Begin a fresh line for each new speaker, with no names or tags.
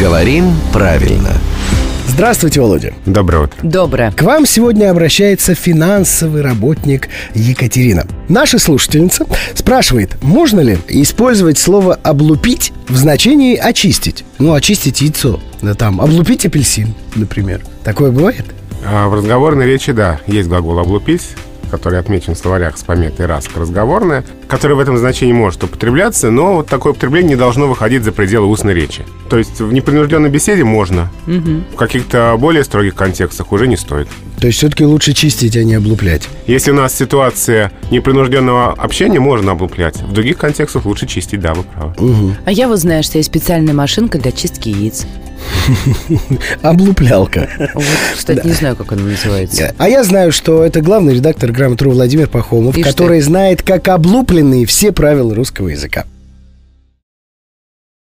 Говорим правильно.
Здравствуйте, Володя.
Доброе утро.
Доброе.
К вам сегодня обращается финансовый работник Екатерина. Наша слушательница спрашивает, можно ли использовать слово «облупить» в значении «очистить». Ну, очистить яйцо. Да там, облупить апельсин, например. Такое бывает?
А, В разговорной речи, да, есть глагол «облупись», который отмечен в словарях с пометкой «раска разговорная», который в этом значении может употребляться, но вот такое употребление не должно выходить за пределы устной речи. То есть в непринужденной беседе можно, в каких-то более строгих контекстах уже не стоит.
То есть все-таки лучше чистить, а не облуплять.
Если у нас ситуация непринужденного общения, можно облуплять. В других контекстах лучше чистить, да, вы правы.
А я вот знаю, что есть специальная машинка для чистки яиц.
Облуплялка.
Вот, кстати, не знаю, как она называется.
А я знаю, что это главный редактор «Грамотру» Владимир Пахомов,
Ишь ты.
который знает, как облупленные все правила русского языка.